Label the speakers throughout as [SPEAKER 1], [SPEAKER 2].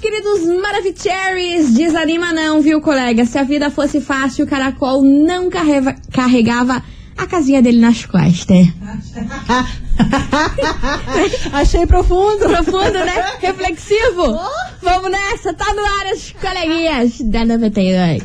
[SPEAKER 1] queridos Maravicheries, desanima não, viu, colega? Se a vida fosse fácil, o caracol não carreva- carregava a casinha dele nas costas.
[SPEAKER 2] Achei profundo. Oh.
[SPEAKER 1] Profundo, né? Reflexivo. Vamos nessa, tá no ar as coleguinhas da 98.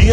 [SPEAKER 3] E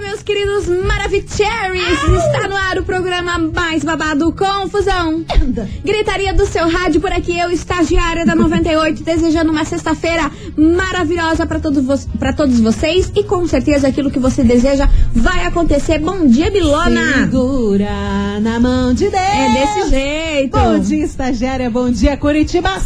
[SPEAKER 1] meus queridos Maravicheries! Está no ar o programa mais babado Confusão. Gritaria do seu rádio por aqui, eu, estagiária da 98, desejando uma sexta-feira maravilhosa para todos, vo- pra todos vocês e com certeza aquilo que você deseja vai acontecer. Bom dia, Bilona!
[SPEAKER 2] Segura na mão de Deus.
[SPEAKER 1] É desse jeito!
[SPEAKER 2] Bom dia, estagiária. Bom dia, Curitiba.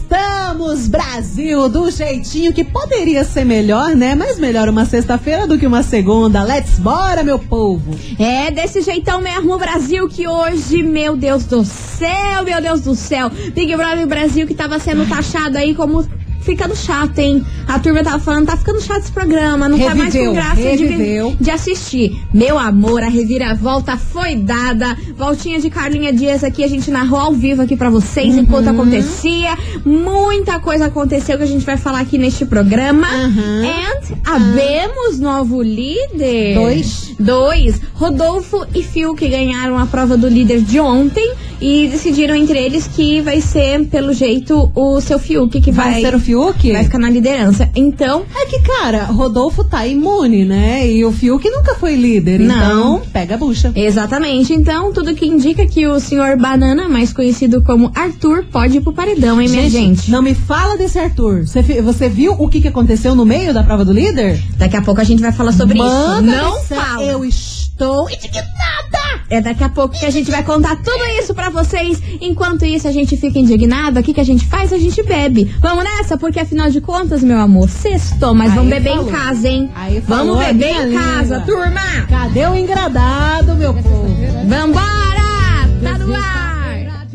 [SPEAKER 2] Sextamos, Brasil, do jeitinho que poderia ser melhor, né? Mas melhor uma sexta-feira do que uma segunda. Let's bora, meu povo.
[SPEAKER 1] É desse jeitão mesmo, Brasil, que hoje, meu Deus do céu, meu Deus do céu. Big Brother Brasil que tava sendo taxado aí como ficando chato, hein? A turma tava falando, tá ficando chato esse programa, não tá mais com
[SPEAKER 2] Reviveu,
[SPEAKER 1] graça de,
[SPEAKER 2] reviveu.
[SPEAKER 1] de assistir. Meu amor, a reviravolta foi dada. Voltinha de Carlinha Dias aqui, a gente narrou ao vivo aqui pra vocês
[SPEAKER 2] Uhum.
[SPEAKER 1] enquanto acontecia. Muita coisa aconteceu que a gente vai falar aqui neste programa.
[SPEAKER 2] Uhum.
[SPEAKER 1] And habemos novo líder.
[SPEAKER 2] Dois.
[SPEAKER 1] Dois. Rodolfo e Phil que ganharam a prova do líder de ontem e decidiram entre eles que vai ser, pelo jeito, o seu Fiuk que vai,
[SPEAKER 2] Vai, ser o Fiuk?
[SPEAKER 1] vai ficar na liderança. Então,
[SPEAKER 2] É que, cara, Rodolfo tá imune, né? E o Fiuk nunca foi líder.
[SPEAKER 1] Não.
[SPEAKER 2] Então, pega a bucha.
[SPEAKER 1] exatamente. Então, tudo que indica que o senhor Banana, mais conhecido como Arthur, pode ir pro paredão, hein, minha é gente?
[SPEAKER 2] Não me fala desse Arthur. Você, fi- você viu o que, que aconteceu no meio da prova do líder?
[SPEAKER 1] Daqui a pouco a gente vai falar sobre
[SPEAKER 2] Manda
[SPEAKER 1] isso. Não
[SPEAKER 2] licença,
[SPEAKER 1] fala.
[SPEAKER 2] Eu estou.
[SPEAKER 1] É daqui a pouco que a gente vai contar tudo isso pra vocês. Enquanto isso, a gente fica indignado. O que, que a gente faz? A gente bebe. Vamos nessa, porque afinal de contas, meu amor, sextou, mas
[SPEAKER 2] Aí
[SPEAKER 1] vamos beber
[SPEAKER 2] falou.
[SPEAKER 1] em casa, hein?
[SPEAKER 2] Aí falou
[SPEAKER 1] vamos
[SPEAKER 2] a
[SPEAKER 1] beber em
[SPEAKER 2] minha
[SPEAKER 1] casa,
[SPEAKER 2] língua.
[SPEAKER 1] turma!
[SPEAKER 2] Cadê o engradado, meu
[SPEAKER 1] é
[SPEAKER 2] povo?
[SPEAKER 1] Vambora! Tá no ar!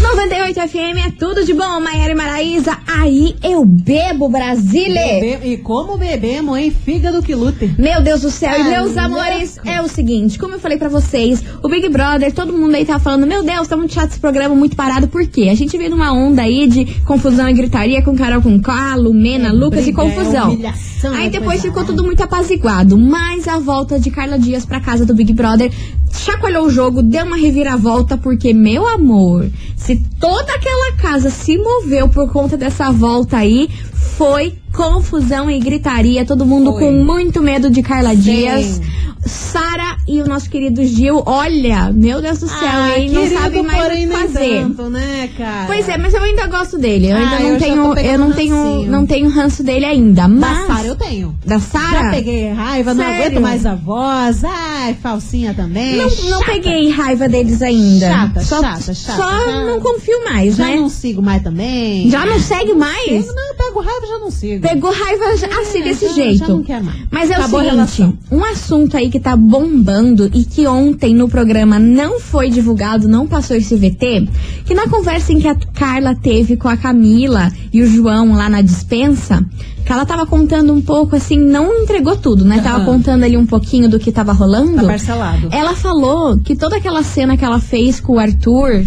[SPEAKER 1] 98 FM é tudo de bom, Maiara e Maraísa. Aí eu bebo, Brasile!
[SPEAKER 2] Bebe- E como bebemos, hein? Fígado que lute.
[SPEAKER 1] Meu Deus do céu, e
[SPEAKER 2] Tá
[SPEAKER 1] meus
[SPEAKER 2] louco.
[SPEAKER 1] amores, é o seguinte, como eu falei pra vocês, o Big Brother, todo mundo aí tá falando, meu Deus, tá muito chato esse programa, muito parado, por quê? A gente veio numa onda aí de confusão e gritaria com Carol com K, Lumena, Lucas
[SPEAKER 2] É, briga,
[SPEAKER 1] e confusão.
[SPEAKER 2] é humilhação,
[SPEAKER 1] aí
[SPEAKER 2] é
[SPEAKER 1] depois
[SPEAKER 2] coisa
[SPEAKER 1] ficou
[SPEAKER 2] lá.
[SPEAKER 1] tudo muito apaziguado, mas a volta de Carla Dias pra casa do Big Brother chacoalhou o jogo, deu uma reviravolta, porque, meu amor, se toda aquela casa se moveu por conta dessa volta aí, foi confusão e gritaria, todo mundo
[SPEAKER 2] Foi.
[SPEAKER 1] com muito medo de Carla Dias.
[SPEAKER 2] Sim.
[SPEAKER 1] Sara e o nosso querido Gil, olha, meu Deus do céu,
[SPEAKER 2] Ah,
[SPEAKER 1] hein? Não
[SPEAKER 2] querido,
[SPEAKER 1] sabem mais
[SPEAKER 2] porém,
[SPEAKER 1] o que
[SPEAKER 2] nem
[SPEAKER 1] fazer.
[SPEAKER 2] tanto, né, cara?
[SPEAKER 1] Pois é, mas eu ainda gosto dele. Eu ainda
[SPEAKER 2] Ah,
[SPEAKER 1] não
[SPEAKER 2] eu já tô
[SPEAKER 1] tenho,
[SPEAKER 2] pegando
[SPEAKER 1] eu não tenho,
[SPEAKER 2] rancinho.
[SPEAKER 1] não tenho ranço dele ainda,
[SPEAKER 2] Da
[SPEAKER 1] mas
[SPEAKER 2] Sara eu tenho.
[SPEAKER 1] da
[SPEAKER 2] Já
[SPEAKER 1] Sara
[SPEAKER 2] peguei raiva, não
[SPEAKER 1] Sério?
[SPEAKER 2] aguento mais a voz. Ai, falsinha também.
[SPEAKER 1] não, não
[SPEAKER 2] Chata.
[SPEAKER 1] peguei raiva deles ainda.
[SPEAKER 2] Chata,
[SPEAKER 1] só,
[SPEAKER 2] chata, chata.
[SPEAKER 1] Só
[SPEAKER 2] Já-
[SPEAKER 1] não confio mais,
[SPEAKER 2] Já
[SPEAKER 1] né?
[SPEAKER 2] não sigo mais também.
[SPEAKER 1] Já não segue mais?
[SPEAKER 2] Pego, não, eu pego raiva já não sigo.
[SPEAKER 1] Pegou raiva já- assim,
[SPEAKER 2] É,
[SPEAKER 1] desse
[SPEAKER 2] já-
[SPEAKER 1] jeito.
[SPEAKER 2] já não quero mais.
[SPEAKER 1] Mas é
[SPEAKER 2] Acabou a
[SPEAKER 1] o seguinte,
[SPEAKER 2] relação.
[SPEAKER 1] um assunto aí que tá bombando e que ontem no programa não foi divulgado, não passou esse VT, que na conversa em que a Carla teve com a Camila e o João lá na dispensa, que ela tava contando um pouco, assim, não entregou tudo, né? Tava
[SPEAKER 2] Aham.
[SPEAKER 1] contando ali um pouquinho do que tava rolando.
[SPEAKER 2] Tá parcelado.
[SPEAKER 1] Ela falou que toda aquela cena que ela fez com o Arthur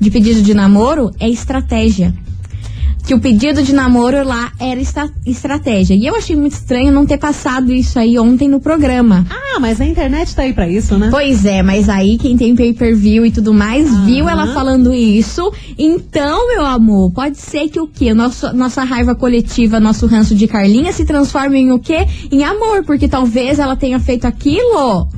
[SPEAKER 1] de pedido de namoro é estratégia. Que o pedido de namoro lá era estra- estratégia. E eu achei muito estranho não ter passado isso aí ontem no programa.
[SPEAKER 2] Ah, mas a internet tá aí pra isso, né?
[SPEAKER 1] Pois é, mas aí quem tem pay-per-view e tudo mais viu ela falando isso. Então, meu amor, pode ser que o quê? Nosso, nossa raiva coletiva, nosso ranço de Carlinha se transforme em o quê? Em amor, porque talvez ela tenha feito aquilo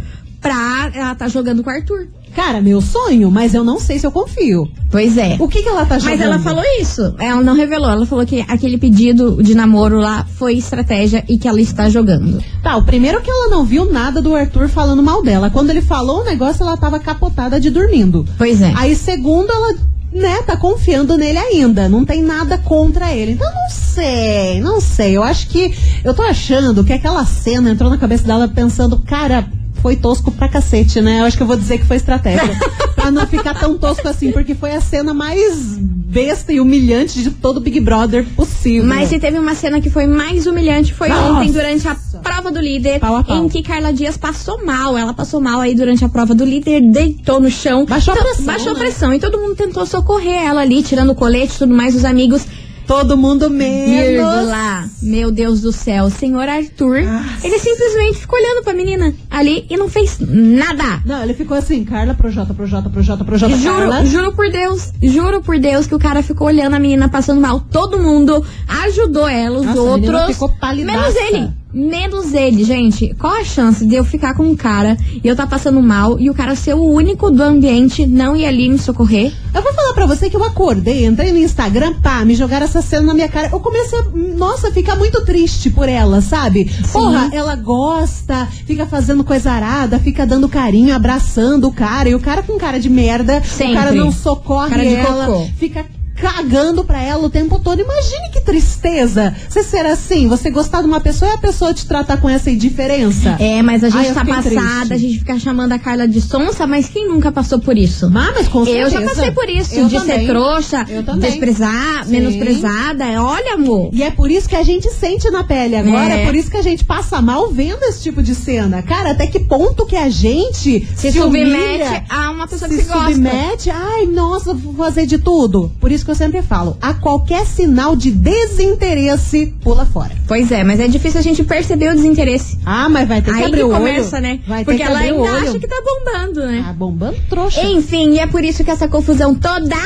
[SPEAKER 1] pra ela tá jogando com o Arthur.
[SPEAKER 2] Cara, meu sonho, mas eu não sei se eu confio.
[SPEAKER 1] Pois é.
[SPEAKER 2] O que que ela tá jogando?
[SPEAKER 1] Mas ela falou isso. Ela não revelou. Ela falou que aquele pedido de namoro lá foi estratégia e que ela está jogando.
[SPEAKER 2] Tá, o primeiro que ela não viu nada do Arthur falando mal dela. Quando ele falou o negócio, ela tava capotada de dormindo.
[SPEAKER 1] Pois é.
[SPEAKER 2] Aí, segundo, ela né, tá confiando nele ainda. Não tem nada contra ele. Então não sei, não sei. Eu acho que. Eu tô achando que aquela cena entrou na cabeça dela pensando, cara, foi tosco pra cacete, né? Eu acho que eu vou dizer que foi estratégia. pra não ficar tão tosco assim, porque foi a cena mais besta e humilhante de todo Big Brother possível.
[SPEAKER 1] Mas se teve uma cena que foi mais humilhante, foi
[SPEAKER 2] Nossa.
[SPEAKER 1] ontem durante a prova do líder,
[SPEAKER 2] Pau a pau.
[SPEAKER 1] em que Carla Dias passou mal. Ela passou mal aí durante a prova do líder, deitou no chão.
[SPEAKER 2] Baixou a
[SPEAKER 1] Então,
[SPEAKER 2] pressão,
[SPEAKER 1] Baixou a
[SPEAKER 2] né?
[SPEAKER 1] pressão. E todo mundo tentou socorrer ela ali, tirando o colete e tudo mais, os amigos.
[SPEAKER 2] Todo mundo menos.
[SPEAKER 1] Vírgula. Meu Deus do céu, o senhor Arthur, ele simplesmente ficou olhando pra menina ali e não fez nada.
[SPEAKER 2] Não, ele ficou assim, Carla, Projota, Projota, Projota, Projota, Carla.
[SPEAKER 1] Juro, juro por Deus, juro por Deus que o cara ficou olhando a menina passando mal. Todo mundo ajudou ela, os
[SPEAKER 2] Nossa, a menina
[SPEAKER 1] outros.
[SPEAKER 2] ficou palidaça.
[SPEAKER 1] menos ele. Menos ele, gente. Qual a chance de eu ficar com um cara e eu tá passando mal e o cara ser o único do ambiente não ir ali me socorrer?
[SPEAKER 2] Eu vou falar pra você que eu acordei, entrei no Instagram, pá, me jogaram essa cena na minha cara. Eu comecei a, nossa, a ficar muito triste por ela, sabe? Porra, ela gosta, fica fazendo coisa arada, fica dando carinho, abraçando o cara. E o cara com cara de merda,
[SPEAKER 1] Sempre.
[SPEAKER 2] o cara não socorre
[SPEAKER 1] Cara de
[SPEAKER 2] ela,
[SPEAKER 1] cocô.
[SPEAKER 2] fica cagando pra ela o tempo todo. Imagine que tristeza você ser assim, você gostar de uma pessoa e a pessoa te tratar com essa indiferença.
[SPEAKER 1] É, mas a gente
[SPEAKER 2] Ai, eu
[SPEAKER 1] tá
[SPEAKER 2] fiquei
[SPEAKER 1] passada,
[SPEAKER 2] triste.
[SPEAKER 1] a gente fica chamando a Carla de sonsa, mas quem nunca passou por isso?
[SPEAKER 2] Ah, mas com
[SPEAKER 1] Eu já
[SPEAKER 2] certeza.
[SPEAKER 1] passei por isso,
[SPEAKER 2] Eu
[SPEAKER 1] de ser
[SPEAKER 2] também.
[SPEAKER 1] trouxa,
[SPEAKER 2] Eu também.
[SPEAKER 1] desprezar,
[SPEAKER 2] Sim.
[SPEAKER 1] menosprezada. Olha, amor.
[SPEAKER 2] E é por isso que a gente sente na pele agora,
[SPEAKER 1] É.
[SPEAKER 2] é por isso que a gente passa mal vendo esse tipo de cena. Cara, até que ponto que a gente
[SPEAKER 1] Se,
[SPEAKER 2] se,
[SPEAKER 1] submete
[SPEAKER 2] humilha,
[SPEAKER 1] a uma pessoa que
[SPEAKER 2] se
[SPEAKER 1] se gosta.
[SPEAKER 2] submete, ai, nossa, vou fazer de tudo. Por isso que eu sempre falo, a qualquer sinal de desinteresse, pula fora.
[SPEAKER 1] Pois é, mas é difícil a gente perceber o desinteresse.
[SPEAKER 2] Ah, mas vai ter que
[SPEAKER 1] Aí
[SPEAKER 2] abrir
[SPEAKER 1] que
[SPEAKER 2] o olho.
[SPEAKER 1] começa, né?
[SPEAKER 2] Vai ter
[SPEAKER 1] Porque
[SPEAKER 2] que
[SPEAKER 1] ela
[SPEAKER 2] abrir
[SPEAKER 1] ainda
[SPEAKER 2] o olho.
[SPEAKER 1] acha que tá bombando, né?
[SPEAKER 2] Tá bombando trouxa.
[SPEAKER 1] Enfim, e é por isso que essa confusão toda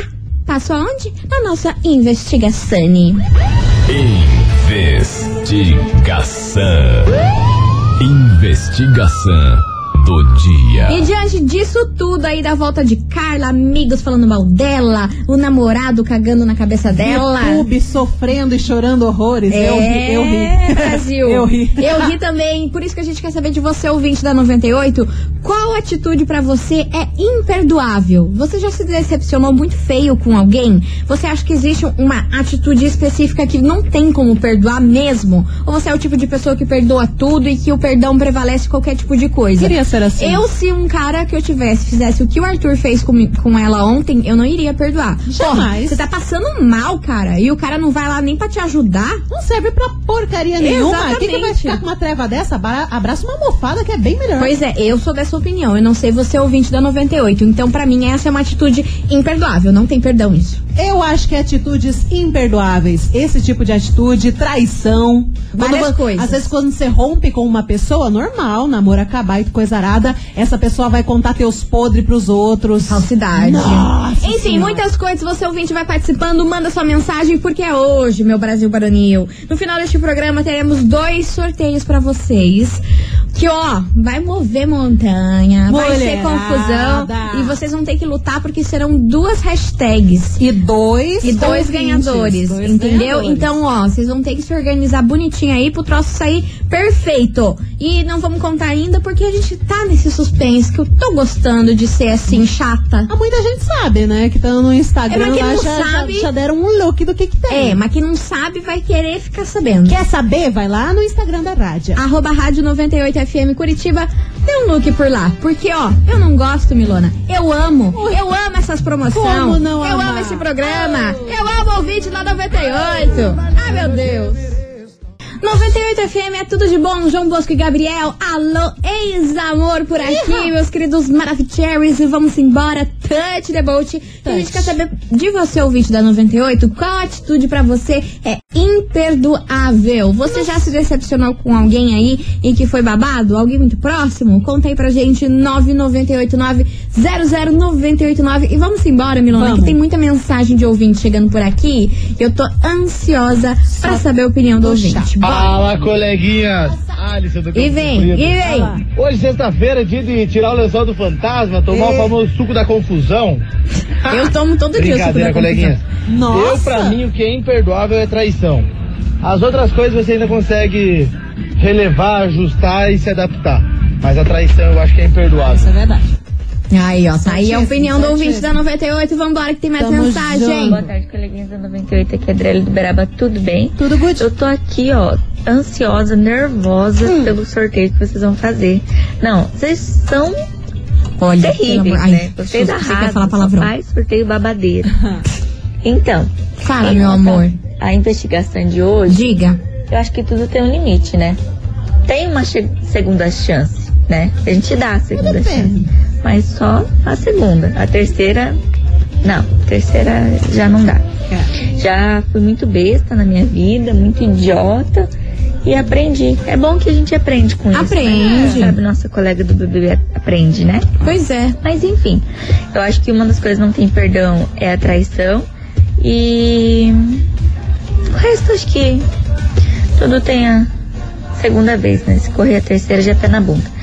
[SPEAKER 1] passou aonde? Na nossa investigação.
[SPEAKER 4] Investigação. Investigação do
[SPEAKER 1] E
[SPEAKER 4] dia.
[SPEAKER 1] diante disso tudo aí da volta de Carla, amigos falando mal dela, o namorado cagando na cabeça dela.
[SPEAKER 2] YouTube sofrendo e chorando horrores. Eu ri, eu
[SPEAKER 1] É,
[SPEAKER 2] ri.
[SPEAKER 1] Brasil.
[SPEAKER 2] Eu ri.
[SPEAKER 1] Eu ri também. Por isso que a gente quer saber de você, ouvinte da 98, qual atitude pra você é imperdoável? Você já se decepcionou muito feio com alguém? Você acha que existe uma atitude específica que não tem como perdoar mesmo? Ou você é o tipo de pessoa que perdoa tudo e que o perdão prevalece qualquer tipo de coisa?
[SPEAKER 2] Queria ser assim.
[SPEAKER 1] Eu, se um cara que eu tivesse, fizesse o que o Arthur fez com, com ela ontem, eu não iria perdoar.
[SPEAKER 2] Jamais.
[SPEAKER 1] Porra, Você tá passando mal, cara, e o cara não vai lá nem pra te ajudar?
[SPEAKER 2] Não serve pra porcaria nenhuma. Quem que vai
[SPEAKER 1] Exatamente.
[SPEAKER 2] ficar com uma treva dessa? Abra- Abraça uma almofada que é bem melhor.
[SPEAKER 1] Pois é, eu sou dessa opinião. Eu não sei você é ouvinte da 98. Então, pra mim, essa é uma atitude imperdoável. Não tem perdão isso.
[SPEAKER 2] Eu acho que atitudes imperdoáveis. Esse tipo de atitude, traição.
[SPEAKER 1] Várias
[SPEAKER 2] Quando vo-
[SPEAKER 1] coisas.
[SPEAKER 2] Às vezes quando você rompe com uma pessoa, normal, namoro acabar e coisa arada, essa pessoa vai contar teus podres pros outros.
[SPEAKER 1] Falsidade.
[SPEAKER 2] Nossa
[SPEAKER 1] Enfim,
[SPEAKER 2] Senhora.
[SPEAKER 1] muitas coisas. Você ouvinte vai participando, manda sua mensagem, porque é hoje, meu Brasil Baronil. No final deste programa teremos dois sorteios pra vocês. Que ó, vai mover montanha, vai ser confusão.
[SPEAKER 2] Mulherada.
[SPEAKER 1] E vocês vão ter que lutar porque serão duas hashtags.
[SPEAKER 2] E dois
[SPEAKER 1] E dois
[SPEAKER 2] ouvintes,
[SPEAKER 1] ganhadores,
[SPEAKER 2] dois
[SPEAKER 1] entendeu?
[SPEAKER 2] ganhadores.
[SPEAKER 1] Então, ó, vocês vão ter que se organizar bonitinho aí pro troço sair perfeito. E não vamos contar ainda porque a gente tá nesse suspense que eu tô gostando de ser assim, chata.
[SPEAKER 2] Ah, muita gente sabe, né? Que estão no Instagram
[SPEAKER 1] É, mas quem
[SPEAKER 2] lá,
[SPEAKER 1] não
[SPEAKER 2] já, já-
[SPEAKER 1] sabe-
[SPEAKER 2] já deram um look do que que tem.
[SPEAKER 1] É, mas quem não sabe vai querer ficar sabendo.
[SPEAKER 2] Quer saber? Vai lá no Instagram da rádio.
[SPEAKER 1] Arroba Rádio 98FM Curitiba, dê um look por lá. Porque, ó, eu não gosto, Milona. Eu amo. Eu amo essas promoções.
[SPEAKER 2] Como não
[SPEAKER 1] Eu amo
[SPEAKER 2] amar?
[SPEAKER 1] esse programa. Eu amo o vídeo da 98. Ai, meu Deus. 98 FM é tudo de bom, João Bosco e Gabriel. Alô, ex-amor por aqui, meus queridos Maravicheries. E vamos embora, touch the boat. E A gente
[SPEAKER 2] Touch.
[SPEAKER 1] quer saber de você, ouvinte da 98, qual atitude pra você é imperdoável? Você já se decepcionou com alguém aí e que foi babado? Alguém muito próximo? Conta aí pra gente, 998900989. E vamos embora, Milona,
[SPEAKER 2] Vamos.
[SPEAKER 1] que tem muita mensagem de ouvinte chegando por aqui. Eu tô ansiosa pra saber a opinião do
[SPEAKER 2] puxar.
[SPEAKER 1] ouvinte.
[SPEAKER 5] Fala, coleguinhas! Alisson do
[SPEAKER 1] E
[SPEAKER 5] Campo
[SPEAKER 1] vem, e
[SPEAKER 5] Comprido.
[SPEAKER 1] vem.
[SPEAKER 5] Hoje, sexta-feira, é dia de tirar o lençol do fantasma, tomar
[SPEAKER 1] É.
[SPEAKER 2] E-
[SPEAKER 5] o famoso suco da confusão.
[SPEAKER 1] Eu tomo todo dia. suco da
[SPEAKER 3] né,
[SPEAKER 5] Brincadeira, coleguinhas.
[SPEAKER 2] Nossa!
[SPEAKER 5] Eu, pra mim, o que é imperdoável é traição. As outras coisas você ainda consegue relevar, ajustar e se adaptar. Mas a traição eu acho que é imperdoável.
[SPEAKER 2] Isso é verdade.
[SPEAKER 1] confusão. Aí, ó. Tá aí a
[SPEAKER 2] Certíssimo,
[SPEAKER 1] opinião do ouvinte
[SPEAKER 2] certíssimo.
[SPEAKER 1] da 98. Vambora que tem mais
[SPEAKER 2] Tamo
[SPEAKER 1] mensagem.
[SPEAKER 2] junto.
[SPEAKER 6] Boa tarde, coleguinhas da 98, aqui é a Adriele do Beraba, tudo bem?
[SPEAKER 2] Tudo good?
[SPEAKER 6] Eu tô aqui, ó, ansiosa, nervosa
[SPEAKER 1] Hum.
[SPEAKER 6] pelo sorteio que vocês vão fazer. Não, vocês são
[SPEAKER 1] Olha,
[SPEAKER 6] terríveis,
[SPEAKER 1] pelo amor-
[SPEAKER 6] né? Vocês
[SPEAKER 1] você
[SPEAKER 6] arrasam,
[SPEAKER 1] quer falar
[SPEAKER 6] só
[SPEAKER 1] palavrão.
[SPEAKER 6] faz sorteio babadeiro. então,
[SPEAKER 1] Fala,
[SPEAKER 6] em
[SPEAKER 1] meu
[SPEAKER 6] relação
[SPEAKER 1] amor.
[SPEAKER 6] à investigação de hoje,
[SPEAKER 1] Diga.
[SPEAKER 6] eu acho que tudo tem um limite, né? Tem uma che- segunda chance, né? A gente dá a segunda chance. Mas só a segunda. A terceira, não. A terceira já não dá. Já fui muito besta na minha vida, muito idiota. E aprendi. É bom que a gente aprende com isso.
[SPEAKER 1] Aprende.
[SPEAKER 6] Né? Sabe, nossa colega do BBB aprende, né?
[SPEAKER 1] Pois é.
[SPEAKER 6] Mas enfim, eu acho que uma das coisas que não tem perdão é a traição. E o resto acho que tudo tem a segunda vez, né? Se correr a terceira já tá na bunda.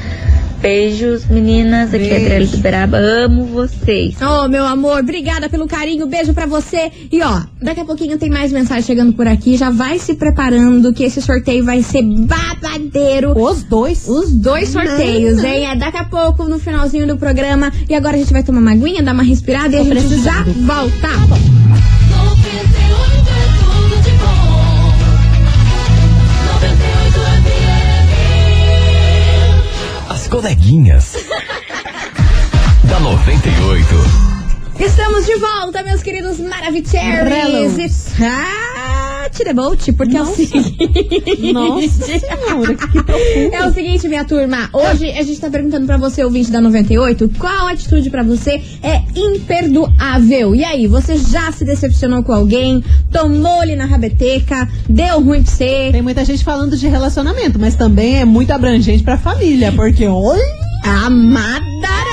[SPEAKER 6] Beijos, meninas. Aqui é a Adriana do Beraba. Amo vocês.
[SPEAKER 1] Ô, meu amor, obrigada pelo carinho. Beijo pra você. E ó, daqui a pouquinho tem mais mensagem chegando por aqui. Já vai se preparando que esse sorteio vai ser babadeiro.
[SPEAKER 2] Os dois.
[SPEAKER 1] Os dois sorteios, hein? É daqui a pouco, no finalzinho do programa. E agora a gente vai tomar uma aguinha, dar uma respirada e a gente já volta.
[SPEAKER 4] As coleguinhas. da 98.
[SPEAKER 1] Estamos de volta, meus queridos
[SPEAKER 2] Hello.
[SPEAKER 1] maravilhosos. Ah, Tirebolt, porque é o seguinte.
[SPEAKER 2] Nossa senhora, que
[SPEAKER 1] É o seguinte, minha turma. Hoje a gente tá perguntando pra você, ouvinte da 98, qual atitude pra você é imperdoável. E aí, você já se decepcionou com alguém? Tomou-lhe na rabeteca? Deu ruim pra você?
[SPEAKER 2] Tem muita gente falando de relacionamento, mas também é muito abrangente pra família, porque olha.
[SPEAKER 1] Amadara!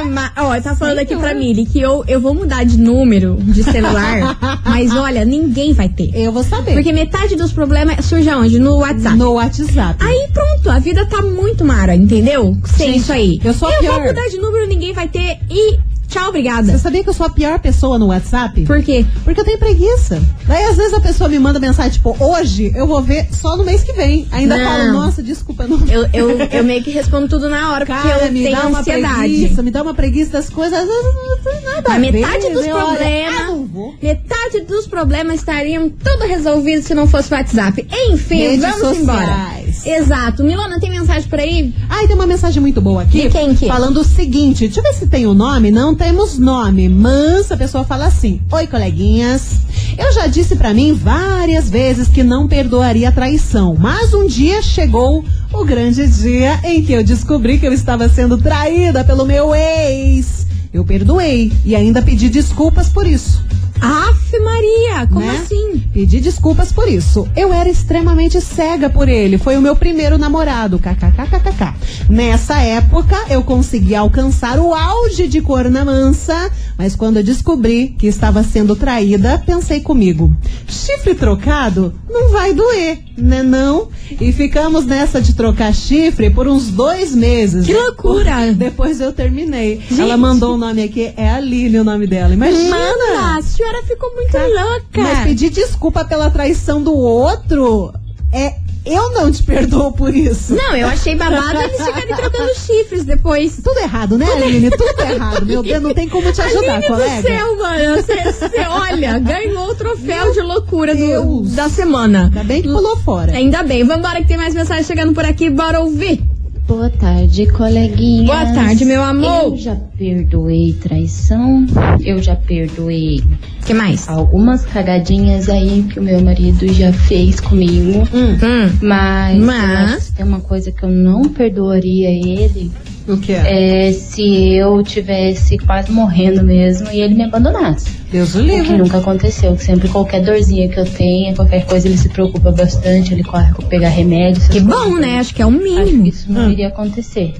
[SPEAKER 1] Ama... Ó, tá falando aqui pra Miri que eu, eu vou mudar de número de celular, mas olha, ninguém vai ter.
[SPEAKER 2] Eu vou saber.
[SPEAKER 1] Porque metade dos problemas surge aonde? No WhatsApp.
[SPEAKER 2] É. no WhatsApp.
[SPEAKER 1] Aí pronto, a vida tá muito mara, entendeu? Sem
[SPEAKER 2] Gente,
[SPEAKER 1] isso aí.
[SPEAKER 2] eu sou a
[SPEAKER 1] eu vou
[SPEAKER 2] pior.
[SPEAKER 1] mudar de número, ninguém vai ter e tchau,
[SPEAKER 2] Você
[SPEAKER 1] obrigada.
[SPEAKER 2] sabia que eu sou a pior pessoa no WhatsApp?
[SPEAKER 1] Por quê?
[SPEAKER 2] Porque eu tenho preguiça. Daí às vezes a pessoa me manda mensagem, tipo, hoje eu vou ver só no mês que vem. Ainda
[SPEAKER 1] Não.
[SPEAKER 2] falo, nossa, desculpa, não.
[SPEAKER 1] Eu, eu, eu meio que respondo tudo na hora, porque
[SPEAKER 2] Cara,
[SPEAKER 1] eu
[SPEAKER 2] me
[SPEAKER 1] tenho
[SPEAKER 2] dá uma
[SPEAKER 1] ansiedade.
[SPEAKER 2] preguiça, me dá uma preguiça das coisas. Às vezes não tem nada
[SPEAKER 1] A
[SPEAKER 2] ver,
[SPEAKER 1] metade dos
[SPEAKER 2] né? Olha,
[SPEAKER 1] problemas.
[SPEAKER 2] ah, não vou.
[SPEAKER 1] Metade dos problemas estariam tudo resolvidos se não fosse o WhatsApp. Enfim,
[SPEAKER 2] Redes
[SPEAKER 1] vamos
[SPEAKER 2] sociais.
[SPEAKER 1] embora. Exato. Milona, tem mensagem por aí?
[SPEAKER 2] Ai, tem uma mensagem muito boa aqui.
[SPEAKER 1] De quem que é?
[SPEAKER 2] Falando o seguinte, deixa eu ver se tem o nome. Não temos nome, mas a pessoa fala assim: Oi, coleguinhas. Eu já disse pra mim várias vezes que não perdoaria a traição, mas um dia chegou o grande dia em que eu descobri que eu estava sendo traída pelo meu ex. Eu perdoei e ainda pedi desculpas por isso.
[SPEAKER 1] Aff, Maria, como
[SPEAKER 2] né?
[SPEAKER 1] assim?
[SPEAKER 2] Pedi desculpas por isso. Eu era extremamente cega por ele. Foi o meu primeiro namorado. KKKKK. Nessa época, eu consegui alcançar o auge de corna mansa. Mas quando eu descobri que estava sendo traída, pensei comigo: chifre trocado não vai doer, né? Não? E ficamos nessa de trocar chifre por uns dois meses.
[SPEAKER 1] Que loucura!
[SPEAKER 2] Depois eu terminei.
[SPEAKER 1] Gente.
[SPEAKER 2] Ela mandou o nome aqui, é a Lili o nome dela. Imagina!
[SPEAKER 1] Manda, Tá a senhora ficou muito louca.
[SPEAKER 2] Mas pedir desculpa pela traição do outro é. Eu não te perdoo por isso.
[SPEAKER 1] Não, eu achei babado eles ficarem trocando chifres depois.
[SPEAKER 2] Tudo errado, né, Aline? Tudo errado. Meu Deus, não tem como te ajudar,
[SPEAKER 1] Aline do
[SPEAKER 2] colega.
[SPEAKER 1] céu, mano. Você, olha, ganhou o troféu de loucura do-
[SPEAKER 2] Deus.
[SPEAKER 1] da semana.
[SPEAKER 2] Ainda bem que pulou fora.
[SPEAKER 1] Ainda bem, vambora que tem mais mensagem chegando por aqui, bora ouvir.
[SPEAKER 7] Boa tarde, coleguinha.
[SPEAKER 1] Boa tarde, meu amor.
[SPEAKER 7] Eu já perdoei traição, eu já perdoei
[SPEAKER 1] O que mais?
[SPEAKER 7] algumas cagadinhas aí que o meu marido já fez comigo.
[SPEAKER 1] Hum.
[SPEAKER 7] Mas,
[SPEAKER 1] Mas-
[SPEAKER 7] eu acho que tem uma coisa que eu não perdoaria ele
[SPEAKER 2] O que é?
[SPEAKER 7] é se eu tivesse quase morrendo mesmo e ele me abandonasse.
[SPEAKER 2] Deus o
[SPEAKER 1] É
[SPEAKER 7] O que
[SPEAKER 1] Uhum.
[SPEAKER 2] livre.
[SPEAKER 7] nunca aconteceu. que Sempre qualquer dorzinha que eu tenha, qualquer coisa, ele se preocupa bastante, ele corre pra pegar remédio. essas
[SPEAKER 1] Que
[SPEAKER 7] coisas.
[SPEAKER 1] bom, né? Acho que é o
[SPEAKER 7] Acho que
[SPEAKER 1] mínimo.
[SPEAKER 7] isso não iria acontecer.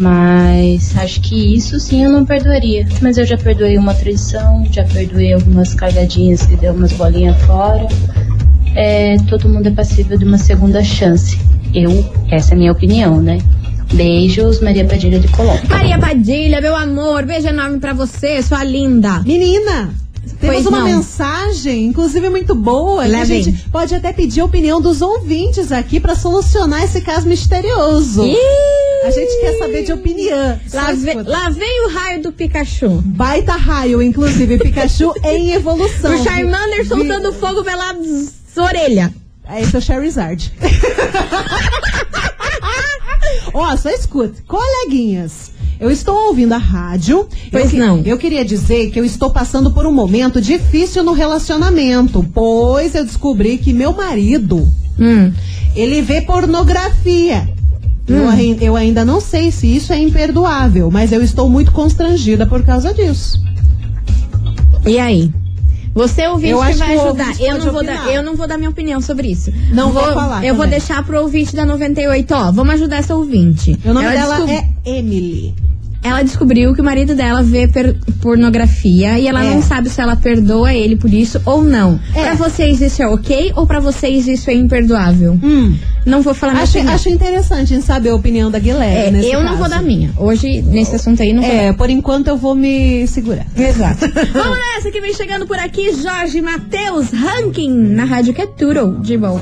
[SPEAKER 7] Mas acho que isso sim eu não perdoaria. Mas eu já perdoei uma traição, já perdoei algumas cagadinhas que deu umas bolinhas fora. É, todo mundo é passível de uma segunda chance. Eu, essa é a minha opinião, né? Beijos, Maria Padilha de Colombo.
[SPEAKER 1] Maria Padilha, meu amor, beijo enorme pra você, sua linda.
[SPEAKER 2] Menina, temos
[SPEAKER 1] Pois
[SPEAKER 2] uma
[SPEAKER 1] não.
[SPEAKER 2] mensagem, inclusive muito boa. que a
[SPEAKER 1] Levem.
[SPEAKER 2] gente pode até pedir a opinião dos ouvintes aqui pra solucionar esse caso misterioso.
[SPEAKER 1] Ih,
[SPEAKER 2] A gente quer saber de opinião.
[SPEAKER 1] Lá,
[SPEAKER 2] Só
[SPEAKER 1] ve-
[SPEAKER 2] escuta.
[SPEAKER 1] lá vem o raio do Pikachu.
[SPEAKER 2] Baita raio, inclusive, Pikachu em evolução.
[SPEAKER 1] O Charmander
[SPEAKER 2] Vi-
[SPEAKER 1] soltando fogo pelas orelhas.
[SPEAKER 2] É, esse é o Charizard. Ó, só escuta. Coleguinhas, eu estou ouvindo a rádio.
[SPEAKER 1] Pois
[SPEAKER 2] eu que-
[SPEAKER 1] não.
[SPEAKER 2] Eu queria dizer que eu estou passando por um momento difícil no relacionamento, pois eu descobri que meu marido,
[SPEAKER 1] Hum.
[SPEAKER 2] ele vê pornografia. Eu, ai- eu ainda não sei se isso é imperdoável, mas eu estou muito constrangida por causa disso.
[SPEAKER 1] E aí? Você ouvinte
[SPEAKER 2] Eu
[SPEAKER 1] que
[SPEAKER 2] acho
[SPEAKER 1] vai
[SPEAKER 2] que o
[SPEAKER 1] ajudar.
[SPEAKER 2] ouvinte
[SPEAKER 1] eu,
[SPEAKER 2] pode
[SPEAKER 1] não vou dar,
[SPEAKER 2] opinar.
[SPEAKER 1] eu não vou dar minha opinião sobre isso.
[SPEAKER 2] Não
[SPEAKER 1] vou
[SPEAKER 2] vou falar
[SPEAKER 1] Eu vou
[SPEAKER 2] também.
[SPEAKER 1] deixar pro ouvinte da 98, ó. Vamos ajudar essa ouvinte.
[SPEAKER 2] O nome dela
[SPEAKER 1] descob-
[SPEAKER 2] é Emily.
[SPEAKER 1] Ela descobriu que o marido dela vê per- pornografia e ela
[SPEAKER 2] É.
[SPEAKER 1] não sabe se ela perdoa ele por isso ou não.
[SPEAKER 2] É.
[SPEAKER 1] Pra vocês isso é ok ou pra vocês isso é imperdoável?
[SPEAKER 2] Hum.
[SPEAKER 1] Não vou falar minha
[SPEAKER 2] Acho,
[SPEAKER 1] opinião.
[SPEAKER 2] acho interessante em saber a opinião da
[SPEAKER 1] É,
[SPEAKER 2] Guilherme. nesse
[SPEAKER 1] eu não vou
[SPEAKER 2] caso.
[SPEAKER 1] dar minha. Hoje, nesse assunto aí, não vou
[SPEAKER 2] É, por enquanto eu vou me segurar.
[SPEAKER 1] Exato. Vamos nessa que vem chegando por aqui, Jorge Matheus Ranking, na Rádio que é tudo de bom.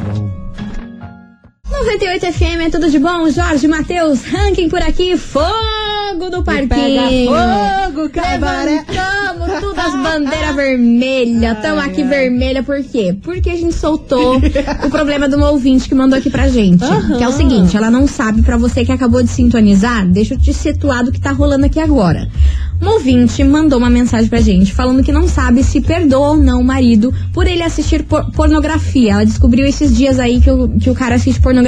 [SPEAKER 1] 98 FM, é tudo de bom? Jorge Matheus Ranking por aqui, fogo do parquinho.
[SPEAKER 2] pega fogo, cabaré.
[SPEAKER 1] Levantamos todas as bandeiras vermelhas. Tamo aqui vermelha por quê? Porque a gente soltou o problema de uma ouvinte que mandou aqui pra gente.
[SPEAKER 2] Aham.
[SPEAKER 1] Que é o seguinte, ela não sabe, pra você que acabou de sintonizar, deixa eu te situar do que tá rolando aqui agora. Uma ouvinte mandou uma mensagem pra gente falando que não sabe se perdoa ou não o marido por ele assistir por- pornografia. Ela descobriu esses dias aí que o, que o cara assiste pornografia.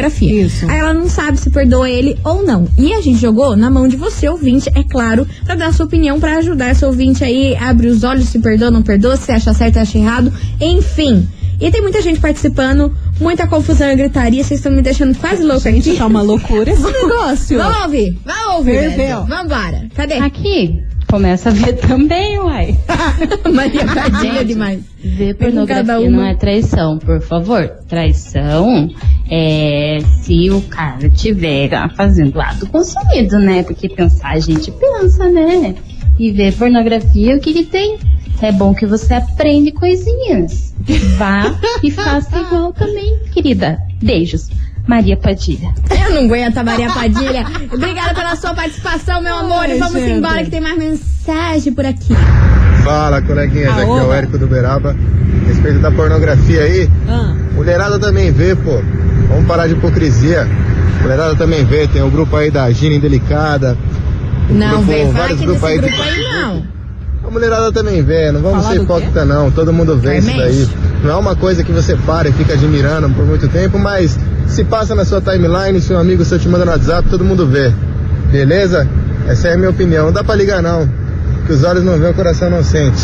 [SPEAKER 2] Isso.
[SPEAKER 1] Aí ela não sabe se perdoa ele ou não. E a gente jogou na mão de você, ouvinte, é claro, pra dar sua opinião, pra ajudar essa ouvinte aí, abre os olhos, se perdoa, não perdoa, se acha certo, acha errado, enfim. E tem muita gente participando, muita confusão e gritaria, vocês estão me deixando quase louca aqui.
[SPEAKER 2] Gente, tá uma loucura esse negócio.
[SPEAKER 1] Vamos ouvir, vamos ouvir.
[SPEAKER 2] Ferveu.
[SPEAKER 1] Vamos embora. Cadê?
[SPEAKER 7] Aqui, começa a ver também, uai.
[SPEAKER 1] Maria tadinha demais.
[SPEAKER 7] Ver
[SPEAKER 1] cada
[SPEAKER 7] pornografia
[SPEAKER 1] uma.
[SPEAKER 7] não é traição, por favor. Traição é se o cara tiver fazendo ato consumido, né? Porque pensar a gente pensa, né? E ver pornografia, o que que tem? É bom que você aprende coisinhas. Vá e faça igual também, querida. Beijos. Maria Padilha.
[SPEAKER 1] Eu não aguento a Maria Padilha. Obrigada pela sua participação, meu amor. e
[SPEAKER 2] Ai,
[SPEAKER 1] vamos
[SPEAKER 2] gente.
[SPEAKER 1] embora que tem mais mensagem por aqui.
[SPEAKER 8] Fala, coleguinhas,
[SPEAKER 2] Ah,
[SPEAKER 8] aqui é o
[SPEAKER 2] oba.
[SPEAKER 8] Érico do Beraba. A respeito da pornografia aí,
[SPEAKER 2] Ah,
[SPEAKER 8] mulherada também vê, pô. Vamos parar de hipocrisia. Mulherada também vê, tem o grupo aí da Gina Indelicada.
[SPEAKER 1] Não,
[SPEAKER 8] Grupo-
[SPEAKER 1] vem, fala
[SPEAKER 8] vários
[SPEAKER 1] aqui desse
[SPEAKER 8] grupos aí do-
[SPEAKER 1] grupo aí, não.
[SPEAKER 8] A mulherada também vê, não vamos
[SPEAKER 2] Falar
[SPEAKER 8] ser
[SPEAKER 2] do quê?
[SPEAKER 8] hipócrita não, todo mundo vê isso
[SPEAKER 1] Clemente.
[SPEAKER 8] daí. Não é uma coisa que você para e fica admirando por muito tempo, mas se passa na sua timeline, seu amigo seu te manda no WhatsApp, todo mundo vê. Beleza? Essa é a minha opinião, não dá pra ligar não. Que os olhos não veem, o coração não sente.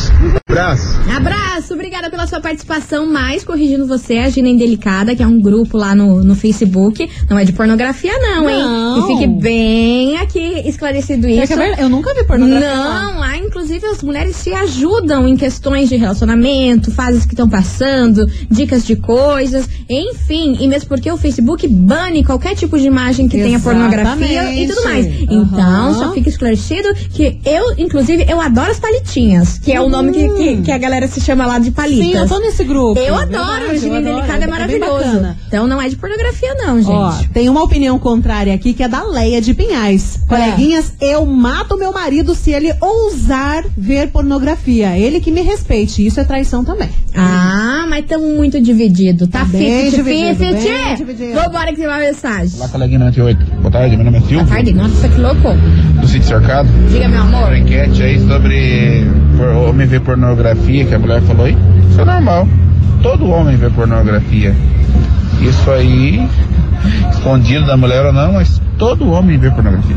[SPEAKER 8] Abraço.
[SPEAKER 1] Abraço, obrigada pela sua participação. Mas, corrigindo você, a Gina Indelicada, que é um grupo lá no, no Facebook. Não é de pornografia, não, hein?
[SPEAKER 2] Não.
[SPEAKER 1] Que fique bem aqui esclarecido
[SPEAKER 2] é
[SPEAKER 1] isso.
[SPEAKER 2] que é verdade, eu nunca vi pornografia. lá.
[SPEAKER 1] Não, lá inclusive as mulheres se ajudam em questões de relacionamento, fases que estão passando, dicas de coisas, enfim. E mesmo porque o Facebook bane qualquer tipo de imagem que tenha pornografia e tudo mais.
[SPEAKER 2] Exatamente.
[SPEAKER 1] Então,
[SPEAKER 2] Aham.
[SPEAKER 1] só fica esclarecido que eu, inclusive, eu adoro as palitinhas, que é o nome que, que, que a galera se chama lá de palitas.
[SPEAKER 2] Sim, eu tô nesse grupo.
[SPEAKER 1] Eu
[SPEAKER 2] Verdade,
[SPEAKER 1] adoro,
[SPEAKER 2] eu
[SPEAKER 1] o Gina
[SPEAKER 2] adoro,
[SPEAKER 1] Delicada é
[SPEAKER 2] bem
[SPEAKER 1] maravilhoso.
[SPEAKER 2] bacana.
[SPEAKER 1] então não é de pornografia, não, gente.
[SPEAKER 2] Ó, tem uma opinião contrária aqui que é da Leia de Pinhais. Coleguinhas,
[SPEAKER 1] É.
[SPEAKER 2] eu mato meu marido se ele ousar ver pornografia. Ele que me respeite. Isso é traição também.
[SPEAKER 1] Ah, mas estamos muito dividido, tá?
[SPEAKER 2] Tá
[SPEAKER 1] 50,
[SPEAKER 2] bem dividido, bem
[SPEAKER 1] 50.
[SPEAKER 2] dividido.
[SPEAKER 1] Vambora que tem uma mensagem.
[SPEAKER 9] Olá, coleguinha 98. Boa tarde, meu nome é
[SPEAKER 1] Boa
[SPEAKER 9] Silvio,
[SPEAKER 1] tarde, nossa, que louco.
[SPEAKER 9] do Sítio Cercado.
[SPEAKER 1] Diga, meu amor.
[SPEAKER 9] Uma enquete aí sobre por- homem ver pornografia, que a mulher falou aí. Isso é normal. Todo homem vê pornografia. Isso aí, escondido da mulher ou não, mas todo homem vê pornografia.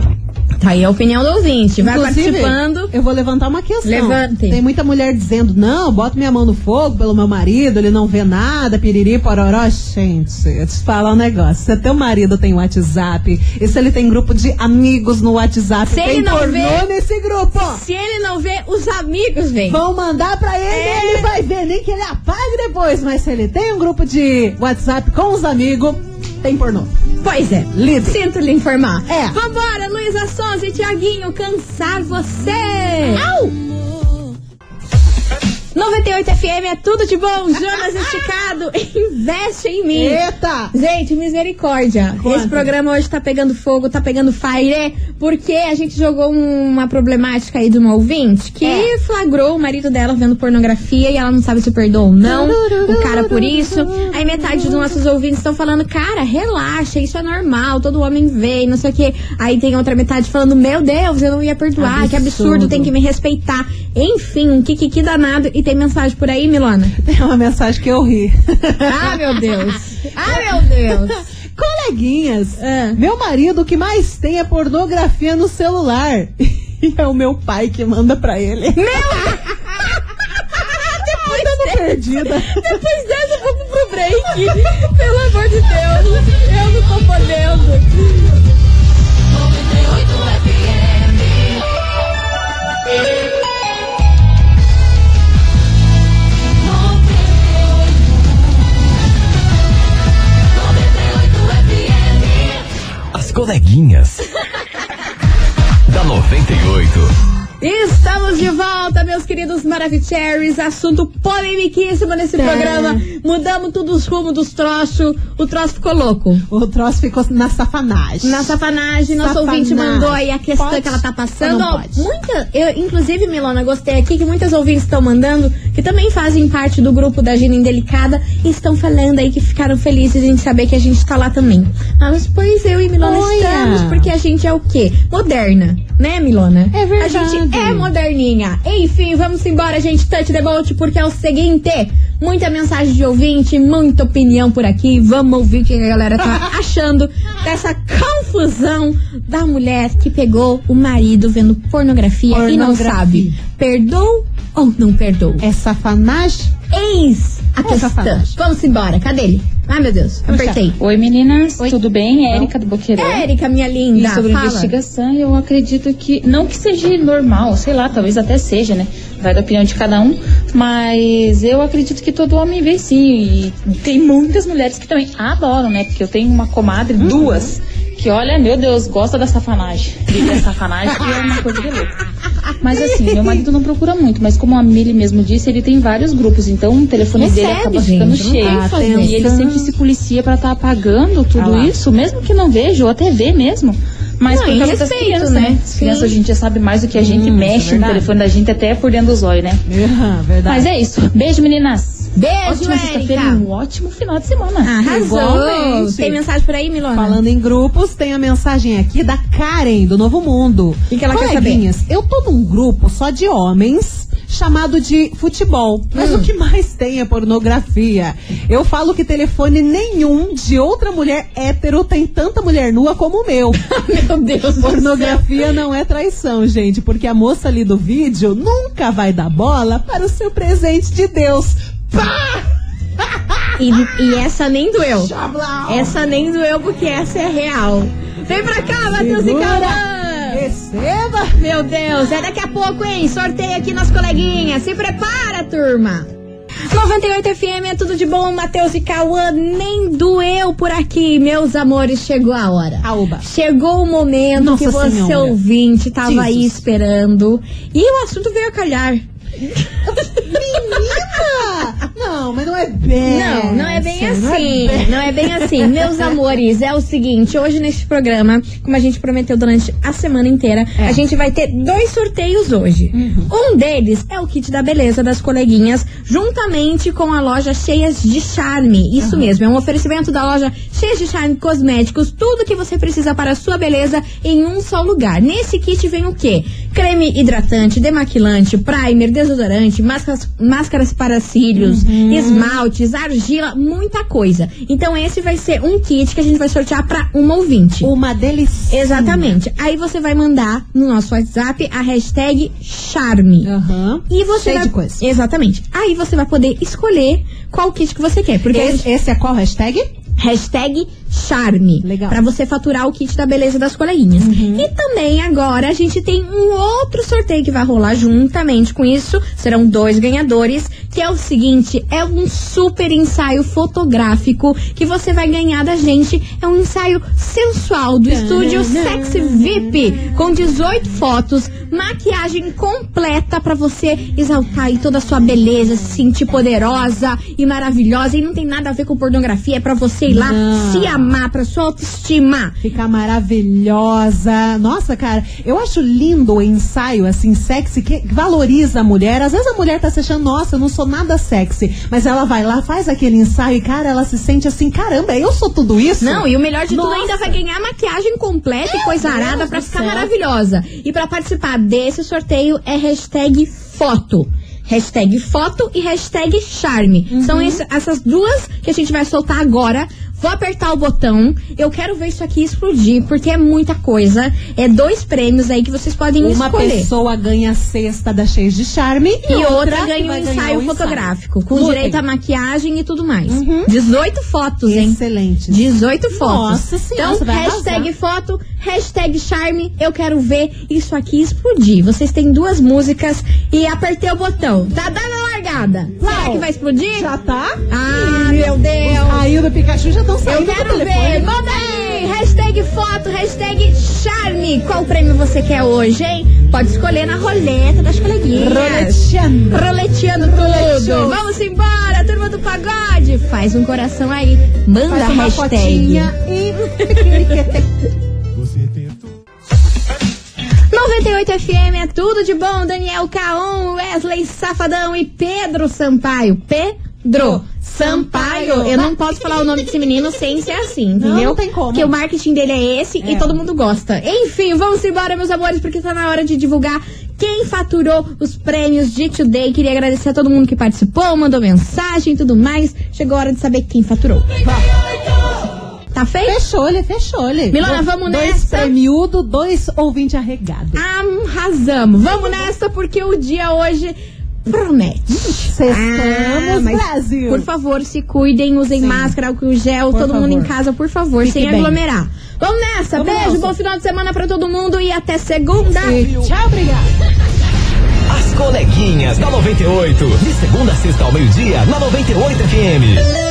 [SPEAKER 1] Tá aí a opinião do ouvinte. Vai
[SPEAKER 2] Inclusive,
[SPEAKER 1] Tá participando.
[SPEAKER 2] Eu vou levantar uma questão.
[SPEAKER 1] Levante.
[SPEAKER 2] Tem muita mulher dizendo: não, boto minha mão no fogo pelo meu marido, ele não vê nada, piriri, pororó. Gente, eu te falar um negócio. Se teu marido tem WhatsApp, e se ele tem grupo de amigos no WhatsApp,
[SPEAKER 1] Se
[SPEAKER 2] tem
[SPEAKER 1] ele não
[SPEAKER 2] pornô
[SPEAKER 1] vê-
[SPEAKER 2] nesse grupo.
[SPEAKER 1] Se ele não vê, os amigos vêm.
[SPEAKER 2] Vão mandar pra ele,
[SPEAKER 1] É.
[SPEAKER 2] ele vai ver, nem que ele apague depois. Mas se ele tem um grupo de WhatsApp com os amigos, tem pornô.
[SPEAKER 1] Pois é,
[SPEAKER 2] Líder.
[SPEAKER 1] sinto lhe informar.
[SPEAKER 2] É.
[SPEAKER 1] Vambora, Luísa Sonza e Tiaguinho, cansar você. Au! 98 FM é tudo de bom. Jonas Esticado, investe em mim.
[SPEAKER 2] Eita!
[SPEAKER 1] Gente, misericórdia.
[SPEAKER 2] Quanto?
[SPEAKER 1] Esse programa hoje tá pegando fogo, tá pegando fire, porque a gente jogou um- uma problemática aí de uma ouvinte que
[SPEAKER 2] É.
[SPEAKER 1] flagrou o marido dela vendo pornografia e ela não sabe se perdoa ou não. O cara por isso. Aí metade dos nossos ouvintes estão falando, cara, relaxa, isso é normal, todo homem vê, e não sei o quê. Aí tem outra metade falando, meu Deus, eu não ia perdoar, que absurdo,
[SPEAKER 2] Absurdo.
[SPEAKER 1] tem que me respeitar. Enfim, um que, danado. E tem mensagem por aí, Milona?
[SPEAKER 2] Tem uma mensagem que eu ri.
[SPEAKER 1] ah, meu Deus. Ah, meu Deus.
[SPEAKER 2] Coleguinhas,
[SPEAKER 1] É.
[SPEAKER 2] meu marido o que mais tem é pornografia no celular. E é o meu pai que manda pra ele. Meu! Ainda não perdida.
[SPEAKER 1] Depois dessa, vamos pro break. Pelo amor de Deus, eu não tô podendo.
[SPEAKER 4] As coleguinhas. da 98.
[SPEAKER 1] Estamos de volta, meus queridos Maravicheries. Assunto polemiquíssimo nesse programa. Mudamos todos os rumos dos troços. O troço ficou louco.
[SPEAKER 2] O troço ficou na safanagem.
[SPEAKER 1] Na safanagem, nosso
[SPEAKER 2] Safanagem.
[SPEAKER 1] ouvinte mandou aí a questão
[SPEAKER 2] Pode?
[SPEAKER 1] que ela tá passando.
[SPEAKER 2] Não
[SPEAKER 1] Ó,
[SPEAKER 2] pode.
[SPEAKER 1] muita, eu, inclusive, Milona, gostei aqui que muitas ouvintes estão mandando, que também fazem parte do grupo da Gina Indelicada, e estão falando aí que ficaram felizes em saber que a gente tá lá também. Mas, pois eu e Milona
[SPEAKER 2] Olha.
[SPEAKER 1] estamos, porque a gente é o quê? Moderna, né, Milona?
[SPEAKER 2] É verdade.
[SPEAKER 1] A gente é moderninha. Enfim, vamos embora, gente. Touch the boat, porque é o seguinte. Muita mensagem de ouvinte, muita opinião por aqui. Vamos ouvir o que a galera tá achando dessa confusão da mulher que pegou o marido vendo pornografia, e não
[SPEAKER 2] Pornografia.
[SPEAKER 1] sabe. Perdoou ou não perdoou?
[SPEAKER 2] É safanagem?
[SPEAKER 1] Eis a
[SPEAKER 10] É,
[SPEAKER 2] Vamos
[SPEAKER 1] questão.
[SPEAKER 2] falar.
[SPEAKER 1] Vamos embora. Cadê ele? Ai, meu Deus. Apertei.
[SPEAKER 10] Oi meninas,
[SPEAKER 1] Oi.
[SPEAKER 10] tudo bem? Érica do Boqueirão.
[SPEAKER 1] Érica, minha linda,
[SPEAKER 10] E sobre
[SPEAKER 1] fala.
[SPEAKER 10] investigação, eu acredito que não que seja normal, sei lá, talvez até seja, né? Vai da opinião de cada um, mas eu acredito que todo homem vê sim. E tem muitas mulheres que também adoram, né? Porque eu tenho uma comadre,
[SPEAKER 1] Uhum.
[SPEAKER 10] duas, que olha, meu Deus, gosta da safanagem. Vive a safanagem que é uma coisa de louco. Mas assim, meu marido não procura muito, mas como a Mili mesmo disse, ele tem vários grupos, então o telefone dele
[SPEAKER 1] Recebe,
[SPEAKER 10] acaba ficando
[SPEAKER 1] gente, não
[SPEAKER 10] cheio.
[SPEAKER 1] tá
[SPEAKER 10] e ele
[SPEAKER 2] atenção.
[SPEAKER 10] sempre se policia pra estar apagando
[SPEAKER 2] Ah
[SPEAKER 10] tudo
[SPEAKER 2] lá.
[SPEAKER 10] isso, mesmo que não veja, ou até vê mesmo. Mas
[SPEAKER 1] Não,
[SPEAKER 10] por
[SPEAKER 1] e
[SPEAKER 10] causa das
[SPEAKER 1] respeito,
[SPEAKER 10] crianças,
[SPEAKER 1] né?
[SPEAKER 10] né? As crianças
[SPEAKER 1] Sim.
[SPEAKER 10] hoje em dia sabem mais do que a gente
[SPEAKER 2] Hum, isso é
[SPEAKER 10] mexe no
[SPEAKER 2] verdade.
[SPEAKER 10] telefone da gente até por dentro dos olhos, né?
[SPEAKER 2] É, verdade.
[SPEAKER 10] Mas é isso. Beijo, meninas.
[SPEAKER 1] Beijo,
[SPEAKER 10] Ótima sexta-feira e
[SPEAKER 1] Érica. Ah,
[SPEAKER 10] um ótimo final de semana.
[SPEAKER 1] Arrasou.
[SPEAKER 2] Igualmente.
[SPEAKER 1] Tem mensagem por aí, Milona?
[SPEAKER 2] Falando em grupos, tem a mensagem aqui da Karen, do Novo Mundo.
[SPEAKER 1] Que que ela quer
[SPEAKER 2] Coleguinhas, eu tô num grupo só de homens chamado de futebol. Mas
[SPEAKER 1] Hum.
[SPEAKER 2] o que mais tem é pornografia. Eu falo que telefone nenhum de outra mulher hétero tem tanta mulher nua como o meu.
[SPEAKER 1] Meu Deus.
[SPEAKER 2] Pornografia não é traição, gente, porque a moça ali do vídeo nunca vai dar bola para o seu presente de Deus.
[SPEAKER 1] E, e essa nem doeu. Essa nem doeu porque essa é real. Vem pra cá, Matheus e
[SPEAKER 2] Segura.
[SPEAKER 1] Cauã!
[SPEAKER 2] Receba!
[SPEAKER 1] Meu Deus, é daqui a pouco, hein? Sorteio aqui nas coleguinhas. Se prepara, turma! 98 FM é tudo de bom, Matheus e Cauã. Nem doeu por aqui, meus amores. Chegou a hora.
[SPEAKER 2] Aoba.
[SPEAKER 1] Chegou o momento
[SPEAKER 2] Ah, Nossa
[SPEAKER 1] que você
[SPEAKER 2] Senhora.
[SPEAKER 1] ouvinte tava
[SPEAKER 2] Jesus.
[SPEAKER 1] aí esperando. E o assunto veio a calhar.
[SPEAKER 2] Menina! Não, mas não é bem.
[SPEAKER 1] Não, não é bem
[SPEAKER 2] Não é
[SPEAKER 1] assim.
[SPEAKER 2] bem.
[SPEAKER 1] Não é bem assim. Meus amores, é o seguinte: hoje neste programa, como a gente prometeu durante a semana inteira,
[SPEAKER 2] É.
[SPEAKER 1] a gente vai ter dois sorteios hoje.
[SPEAKER 2] Uhum.
[SPEAKER 1] Um deles é o kit da beleza das coleguinhas, juntamente com a loja Cheias de Charme. Isso mesmo, é um oferecimento da loja Cheias de Charme Cosméticos. Tudo que você precisa para a sua beleza em um só lugar. Nesse kit vem o quê? Creme hidratante, demaquilante, primer, desodorante, máscaras, máscaras para cílios,
[SPEAKER 2] Uhum.
[SPEAKER 1] esmaltes, argila, muita coisa. Então esse vai ser um kit que a gente vai sortear para uma ouvinte.
[SPEAKER 2] Uma delícia.
[SPEAKER 1] Exatamente. Aí você vai mandar no nosso WhatsApp a hashtag charme.
[SPEAKER 2] Aham.
[SPEAKER 1] E você
[SPEAKER 2] Cheio
[SPEAKER 1] vai...
[SPEAKER 2] de coisa.
[SPEAKER 1] Exatamente. Aí você vai poder escolher qual kit que você quer. Porque
[SPEAKER 2] Esse, esse é qual hashtag?
[SPEAKER 1] hashtag Charme. Legal. Pra você faturar o kit da beleza das coleguinhas. E também agora a gente tem um outro sorteio que vai rolar juntamente com isso. Serão dois ganhadores, que é o seguinte: é um super ensaio fotográfico que você vai ganhar da gente. É um ensaio sensual do estúdio Sexy VIP, com 18 fotos, maquiagem completa pra você exaltar aí toda a sua beleza, se sentir poderosa e maravilhosa. E não tem nada a ver com pornografia, é pra você ir lá
[SPEAKER 2] Não.
[SPEAKER 1] se amar, pra sua autoestima.
[SPEAKER 2] Ficar maravilhosa. Nossa, cara, eu acho lindo o ensaio, assim, sexy, que valoriza a mulher. Às vezes a mulher tá se achando, nossa, eu não sou nada sexy. Mas ela vai lá, faz aquele ensaio e, cara, ela se sente assim, caramba, eu sou tudo isso?
[SPEAKER 1] Não, e o melhor de
[SPEAKER 2] Nossa.
[SPEAKER 1] tudo ainda vai ganhar maquiagem completa e coisa
[SPEAKER 2] Deus
[SPEAKER 1] arada
[SPEAKER 2] do
[SPEAKER 1] pra ficar
[SPEAKER 2] céu.
[SPEAKER 1] maravilhosa. E pra participar desse sorteio é hashtag foto. Hashtag foto e hashtag charme.
[SPEAKER 2] Uhum.
[SPEAKER 1] São esse- essas duas que a gente vai soltar agora. Vou apertar o botão. Eu quero ver isso aqui explodir, porque é muita coisa. É dois prêmios aí que vocês podem
[SPEAKER 2] Uma
[SPEAKER 1] escolher.
[SPEAKER 2] pessoa ganha a cesta da Cheias de Charme e,
[SPEAKER 1] E outra, ganha um
[SPEAKER 2] vai ganhar
[SPEAKER 1] ensaio
[SPEAKER 2] o
[SPEAKER 1] fotográfico, com
[SPEAKER 2] Lutem.
[SPEAKER 1] direito à maquiagem e tudo mais.
[SPEAKER 2] Uhum.
[SPEAKER 1] 18 fotos, hein?
[SPEAKER 2] Excelente.
[SPEAKER 1] 18 fotos.
[SPEAKER 2] Nossa senhora, você
[SPEAKER 1] Então,
[SPEAKER 2] vai
[SPEAKER 1] hashtag foto, hashtag charme, eu quero ver isso aqui explodir. Vocês têm duas músicas e apertei o botão. Tá dando a largada. Será que vai explodir?
[SPEAKER 2] Já tá?
[SPEAKER 1] Ah, meu Deus.
[SPEAKER 2] Aí o do Pikachu já estão
[SPEAKER 1] Eu
[SPEAKER 2] saindo do
[SPEAKER 1] quero
[SPEAKER 2] tá telefone.
[SPEAKER 1] ver, manda aí! Hashtag foto, hashtag charme. Qual prêmio você quer hoje, hein? Pode escolher na roleta das coleguinhas.
[SPEAKER 2] Roleteando.
[SPEAKER 1] Roleteando
[SPEAKER 2] Roleteou.
[SPEAKER 1] tudo. Vamos embora, turma do pagode. Faz um coração aí. Manda
[SPEAKER 2] Faz uma
[SPEAKER 1] hashtag.
[SPEAKER 2] fotinha e...
[SPEAKER 1] 98 FM é tudo de bom. Daniel Caon, Wesley Safadão e Pedro Sampaio. Pedro Sampaio. Eu não posso falar o nome desse menino sem ser assim, entendeu?
[SPEAKER 2] não tem como.
[SPEAKER 1] Porque o marketing dele é esse e todo mundo gosta. Enfim, vamos embora, meus amores, porque tá na hora de divulgar quem faturou os prêmios de Today. Queria agradecer a todo mundo que participou, mandou mensagem e tudo mais. Chegou a hora de saber quem faturou. Tá feito?
[SPEAKER 2] Fechou-lhe, fechou-lhe.
[SPEAKER 1] Milona, vamos
[SPEAKER 2] dois
[SPEAKER 1] nessa?
[SPEAKER 2] Dois miúdo, dois ouvinte arregado.
[SPEAKER 1] Arrasamos. Vamos nessa porque o dia hoje promete.
[SPEAKER 2] Sextamos,
[SPEAKER 1] Ah, mas
[SPEAKER 2] Brasil.
[SPEAKER 1] Por favor, se cuidem, usem máscara, álcool em gel,
[SPEAKER 2] Por
[SPEAKER 1] todo mundo em
[SPEAKER 2] favor.
[SPEAKER 1] casa, por favor,
[SPEAKER 2] Fique
[SPEAKER 1] sem
[SPEAKER 2] bem.
[SPEAKER 1] aglomerar. Vamos nessa.
[SPEAKER 2] Vamos
[SPEAKER 1] Beijo,
[SPEAKER 2] nessa.
[SPEAKER 1] bom final de semana pra todo mundo e até segunda.
[SPEAKER 2] E tchau, obrigada.
[SPEAKER 4] As coleguinhas da 98. De segunda a sexta ao meio-dia, na 98 FM.